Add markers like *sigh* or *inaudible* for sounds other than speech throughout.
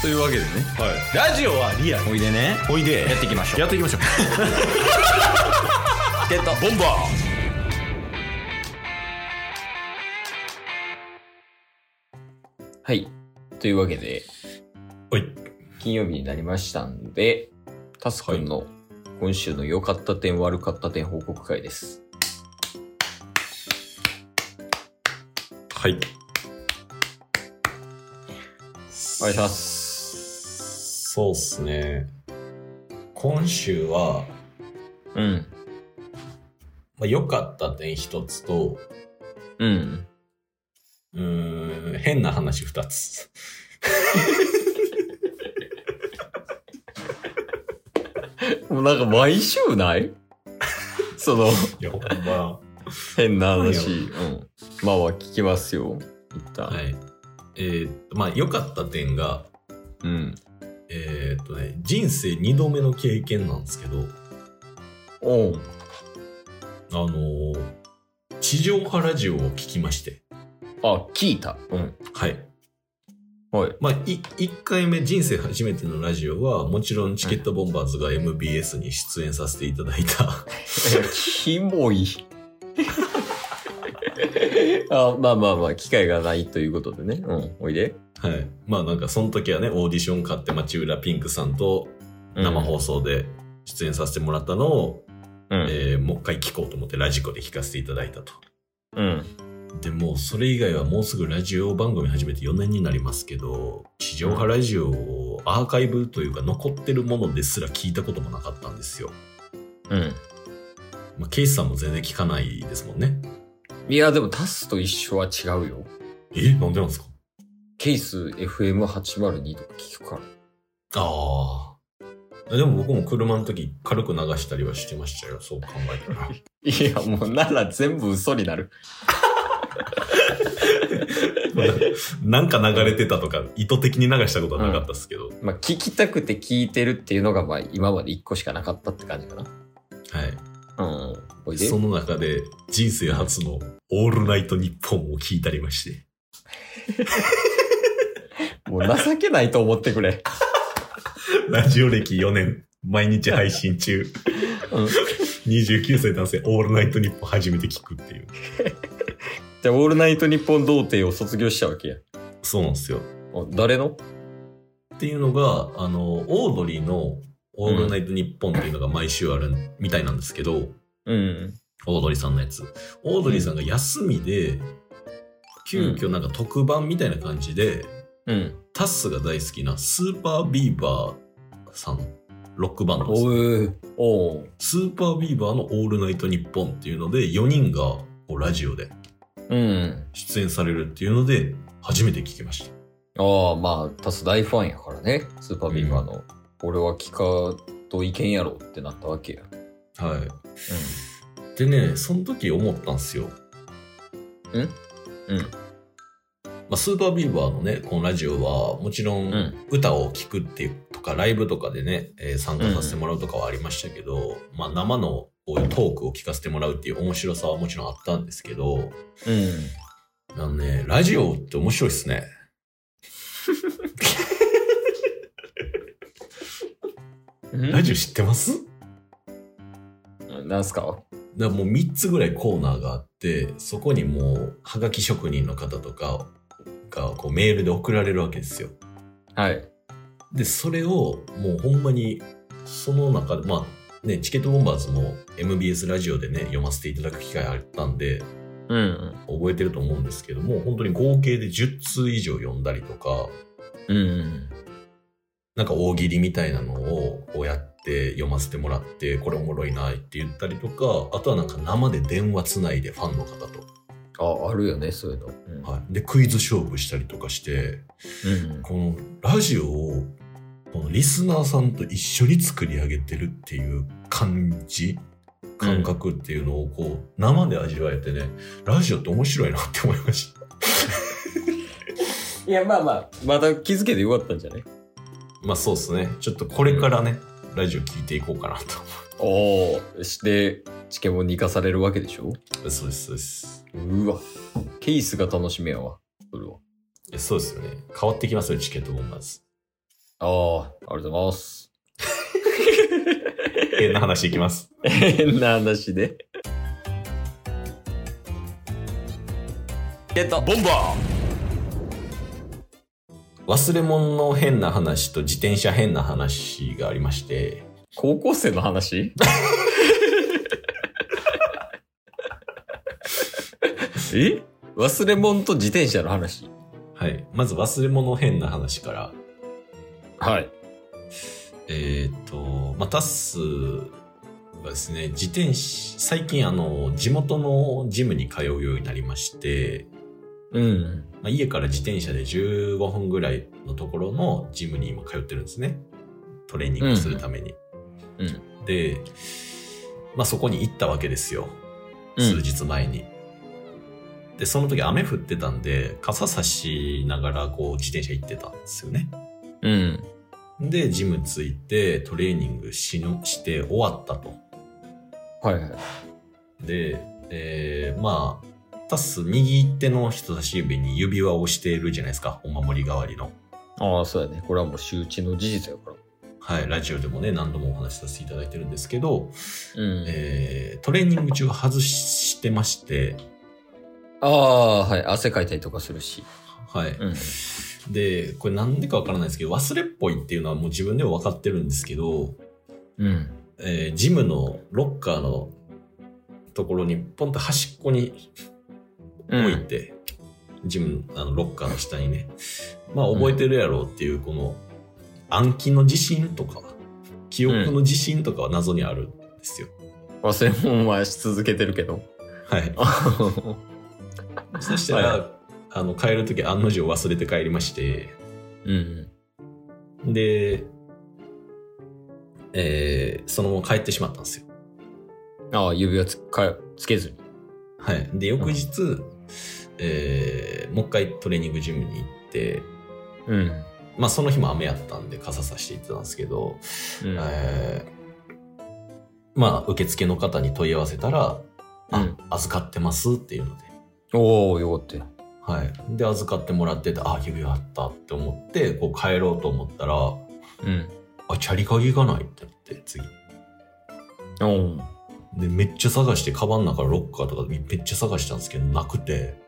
というわけでねはい、ラジオはリアルおいでねおいでやっていきましょうやっていきましょうってたボンバはいというわけでーはい金曜日になりましたんでタス君の今週の良かった点悪かった点報告会ですはいお願いしますそうっすね今週はうんまあ、良かった点一つとうんうーん変な話二つもうなんか毎週ない *laughs* その *laughs* いやほんま変な話、何うん、まあまあ聞きますよ一旦、はいえーっとまあ良かった点がうんえーっとね人生二度目の経験なんですけどおうあのー地上波ラジオを聞きましてあ聞いたうんはいはいまあい一回目人生初めてのラジオはもちろんチケットボンバーズが MBS に出演させていただいた *laughs* *laughs* キモいあまあまあまあ機会がないということでねうんおいではいまあなんかその時はねオーディション買って町浦ピンクさんと生放送で出演させてもらったのを、うん、うんえーもう一回聞こうと思ってラジコで聞かせていただいたと。うんでもうそれ以外はもうすぐラジオ番組始めて4年になりますけど地上波ラジオをアーカイブというか残ってるものですら聞いたこともなかったんですよ。うんまあ、ケイスさんも全然聞かないですもんね。いやでもタスと一緒は違うよえなんでなんですかケース FM802 とか聞くからああ。でも僕も車の時軽く流したりはしてましたよ。そう考えたら。 *laughs* いやもうなら全部嘘になるなんか流れてたとか意図的に流したことはなかったですけど。まあ聞きたくて聞いてるっていうのがまあ今まで一個しかなかったって感じかなはい。うんおいでその中で人生初のオールナイトニッポンを聞いたりまして。もう情けないと思ってくれ。ラジオ歴4年、毎日配信中、うん、じ29歳男性、オールナイトニッポン初めて聞くっていう。ゃあ、オールナイトニッポン童貞を卒業したわけや。そうなんですよ。あ誰のっていうのが、あの、オードリーのオールナイトニッポンっていうのが毎週あるみたいなんですけど、うん。オードリーさんのやつ。オードリーさんが休みで、急遽なんか特番みたいな感じで、うん。タッスが大好きなスーパービーバーさん、ロックバンドですよおうおうスーパービーバーの「オールナイトニッポン」っていうので4人がこうラジオでうん。出演されるっていうので初めて聞きましたああ、まあ、タス大ファンやからね。スーパービーバーの。俺は聞かといけんやろってなったわけや。はいでねその時思ったんすよんうんまあ、スーパービーバーのねこのラジオはもちろうん。ん歌を聴くっていうとかライブとかでね、えー参加させてもらうとかはありましたけど、まあ、生のこういうトークを聞かせてもらうっていう面白さはもちろんあったんですけどうん。あのねラジオって面白いっすねうん。ラジオ知ってますオなんすかだからもう3つぐらいコーナーがあってそこにもうはがき職人の方とかがこうメールで送られるわけですよはい。でそれをもうほんまにその中でまあねチケットボンバーズも MBS ラジオでね読ませていただく機会あったんでうん。覚えてると思うんですけども本当に合計で10通以上読んだりとかうん。なんか大喜利みたいなのをこうやって読ませてもらってこれおもろいなって言ったりとかあとはなんか生で電話つないでファンの方とあ、あるよね、そういうの。うん。はい、でクイズ勝負したりとかしてうん、このラジオをこのリスナーさんと一緒に作り上げてるっていう感じ感覚っていうのをこう生で味わえてねラジオって面白いなって思いましたいや、まあまあ、また気づけてよかったんじゃないまあそうですねちょっとこれからね、ラジオ聞いていこうかなとおお。して、チケモンに生かされるわけでしょそうですそうですうわ。ケースが楽しみやわ。それは。いやそうですよね変わってきますよチケットボンバーズああ、ありがとうございます。変な話いきます。変な話で。ゲットボンバー忘れ物の変な話と自転車変な話がありまして、高校生の *laughs* 話え忘れ物と自転車の話はい。まず忘れ物変な話から。はい。えーっ、と、まあ、タッスがですね、自転車、最近あの、地元のジムに通うようになりまして、うん。まあ、家から自転車で15分ぐらいのところのジムに今通ってるんですね。トレーニングするために。うんで、まあ、そこに行ったわけですよ。う数ん。日前に。で、その時雨降ってたんで、傘差しながらこう自転車行ってたんですよね。うん。で、ジム着いてトレーニングしのして終わったと。はいはい。で、えー、まあ、タス右手の人差し指に指輪をしているじゃないですか。お守り代わりの。ああ、そうやね。これはもう周知の事実やから。はい、ラジオでもね、何度もお話しさせていただいてるんですけど、うん。えー、トレーニング中は外してまして、ああ、はい。汗かいたりとかするし。はい。うん。で、これなんでかわからないですけど、忘れっぽいっていうのはもう自分でも分かってるんですけど、うん。えージムのロッカーのところにポンと端っこにう置いん。て、ジムあのロッカーの下にね、まあ覚えてるやろうっていうこの暗記の自信とか、記憶の自信とかは謎にあるんですよ。忘れ物はし続けてるけど。 *laughs* はい。そしたら、あの帰るとき案の定忘れて帰りまして、うん。で、えーそのまま帰ってしまったんですよ。ああ、指輪つかつけずに。はい。で、翌日、えーもう一回トレーニングジムに行って、うん。まあその日も雨やったんで傘さしていってたんですけど、うん。えーまあ受付の方に問い合わせたら、うあん、預かってますっていうので、おお、よかったよ。はい。で、預かってもらってて、あ、指輪あったって思って、こう帰ろうと思ったら、うん。あ、チャリ鍵がないってなって、次。おお。で、めっちゃ探して、カバンの中ロッカーとかめっちゃ探したんですけど、なくて、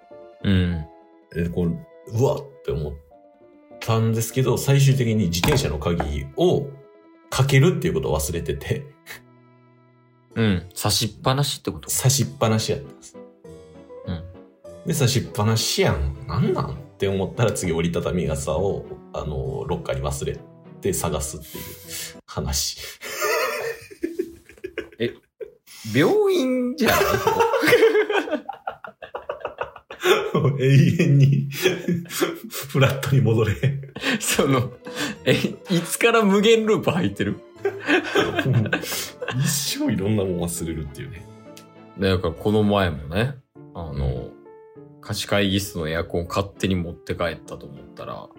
うん。えこう、うわって思ったんですけど、最終的に自転車の鍵をかけるっていうことを忘れてて、うん。差しっぱなしってこと差しっぱなしやったんです。うん。で、差しっぱなしやん。なんなんって思ったら次折りたたみ傘を、あの、ロッカーに忘れて探すっていう話。 *laughs* 病院じゃない永遠に、 *laughs* フラットに戻れ。 *laughs* その、え、いつから無限ループ入ってる一生いろんなもん忘れるっていうね。だからこの前もね、あの、貸し会議室のエアコン勝手に持って帰ったと思ったら、は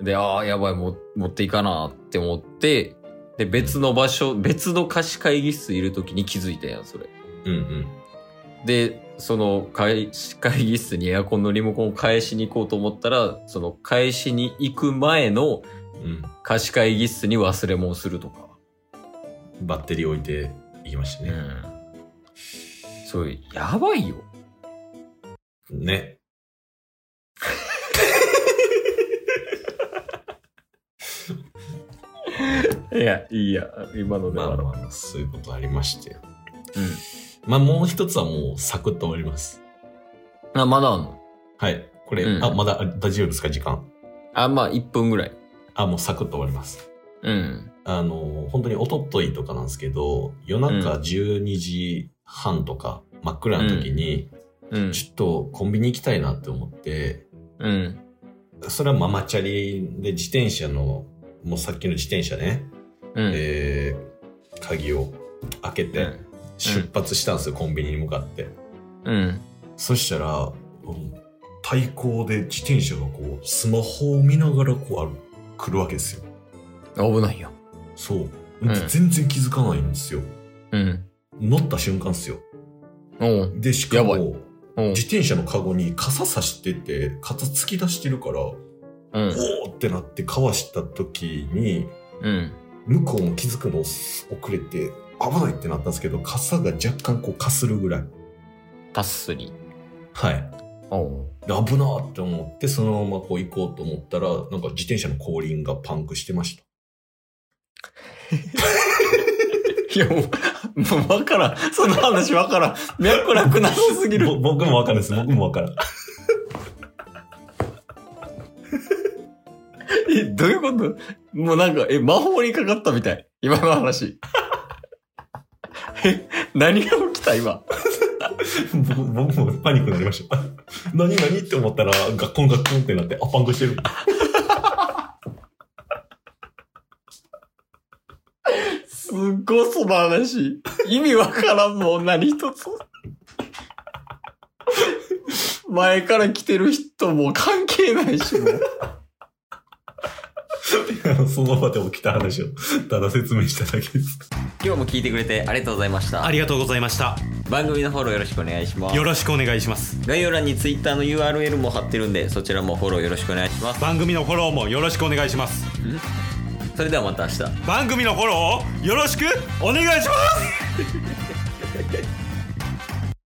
い。で、ああ、やばい、も持っていかなって思って、で、別の場所、別の貸し会議室いるときに気づいたやん、それ。うんうん。で、その会会議室にエアコンのリモコンを返しに行こうと思ったら、その返しに行く前のうん。貸し会議室に忘れ物するとか。バッテリー置いていきましたね。そういう、やばいよ。ね。いや、いいや、今のまあうん。まあまあ、そういうことありまして。まあもう一つはもうサクッと終わります。あ、まだあんのはい。これ、うんあ、まだあ大丈夫ですか時間。あ、まあ、1分ぐらい。あ、もうサクッと終わります。うん。あの、本当におとといとかなんですけど、夜中12時半とか、真っ暗な時に、うん。ちょっとコンビニ行きたいなって思って、うん。それはママチャリで自転車の、もうさっきの自転車ね、うん。えー鍵を開けて出発したんですよ、コンビニに向かって。うん。そしたら、うん対向で自転車がこう、スマホを見ながらこう、来るわけですよ。危ないよ。そう。うん全然気づかないんですよ。うん。乗った瞬間ですよ。おう。で、しかやばも、おう自。転車のカゴに傘さしてて、傘突き出してるから、うん。おーってなってかわした時に、うん。向こうも気づくの遅れて、危ないってなったんですけど、傘が若干こうかするぐらい。パッスリ。はい。おうで危なーって思って、そのままこう行こうと思ったら、なんか自転車の後輪がパンクしてました。いや、もう、 *laughs* もう分からん。その話分からん。脈絡なさすぎる。ぼ僕もわかるんです。僕もわかる。 *laughs* え、 *laughs* どういうこともうなんか、え、魔法にかかったみたい。今の話。 *laughs* え、何が起きた今。ぼ僕もパニックになりました。 *laughs* 何何って思ったら、ガッコンガッコンってなって、あ、パンクしてる。 *laughs* すっごいその話。意味わからんもん、何一つ。前から来てる人も関係ないし、もう。その場で起きた話を、ただ説明しただけです。今日も聞いてくれてありがとうございました。ありがとうございました番組のフォローよろしくお願いしますよ。ろしくお願いします概要欄に Twitter の URL も貼ってるんで、そちらもフォローよろしくお願いします。番組のフォローもよろしくお願いしますそれではまた明日。番組のフォローをよろしくお願いします